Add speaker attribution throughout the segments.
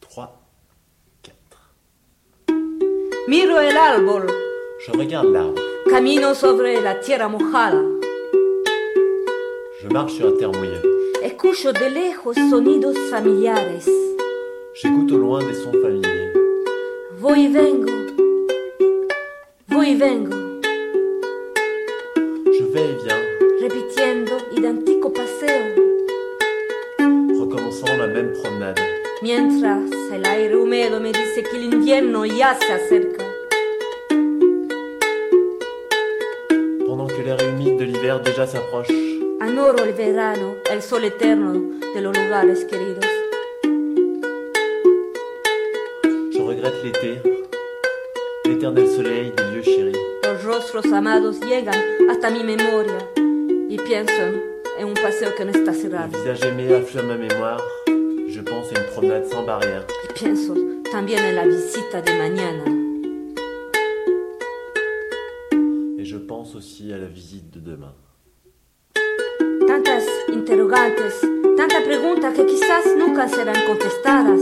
Speaker 1: 3, 4.
Speaker 2: Miro el árbol,
Speaker 1: Je regarde l'arbre.
Speaker 2: camino sobre la tierra mojada.
Speaker 1: Je marche sur la terre mouillée.
Speaker 2: Escucho de lejos sonidos familiares.
Speaker 1: J'écoute au loin des sons familiers.
Speaker 2: Voy y vengo. Voy y vengo.
Speaker 1: Je vais et viens,
Speaker 2: Repitiendo idéntico paseo.
Speaker 1: recommençant la même promenade.
Speaker 2: Mientras el aire húmedo me dice que el invierno ya se acerca.
Speaker 1: Pendant que l'air humide de l'hiver déjà s'approche,
Speaker 2: Anoro el verano, el sol eterno de los lugares queridos.
Speaker 1: je regrette l'été, l'éternel soleil des lieux chéris.
Speaker 2: Los rostros amados llegan hasta mi memoria y pienso en un paseo que no está
Speaker 1: Le
Speaker 2: cerrado.
Speaker 1: visage aimé affleure ma mémoire. Je pense à une promenade sans barrière.
Speaker 2: Y pienso también en la visita de mañana.
Speaker 1: Et je pense aussi à la visite de demain.
Speaker 2: Tantas interrogantes, tantas preguntas que quizás nunca serán contestadas.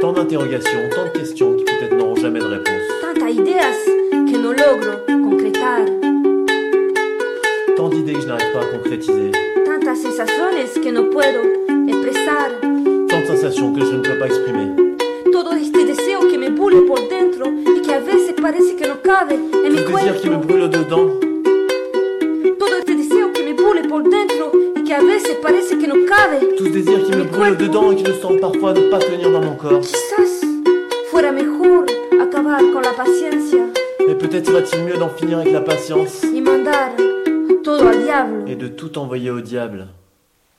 Speaker 1: Tant d'interrogations, tant de questions qui peut-être n'auront jamais de réponse.
Speaker 2: Tantas ideas que no logro concretar.
Speaker 1: Tant d'idées que je n'arrive pas à concrétiser.
Speaker 2: Tantas sensaciones que no puedo expresar.
Speaker 1: Tant de sensations que je ne peux pas exprimer.
Speaker 2: Todo este deseo que me pule por dentro y que a veces parece que no cabe en
Speaker 1: Tout
Speaker 2: mi
Speaker 1: le désir qui me
Speaker 2: cuerpo.
Speaker 1: brûle dedans.
Speaker 2: Todo este deseo que me pule por dentro y que a veces parece que no cabe.
Speaker 1: Tout ce désir qui me brûle dedans et qui ne sent parfois ne pas tenir dans mon corps.
Speaker 2: Quizás fuera mejor acabar con la paciencia
Speaker 1: Et peut-être va-t-il mieux d'en finir avec la patience
Speaker 2: y mandar todo al diablo.
Speaker 1: et de tout envoyer au diable.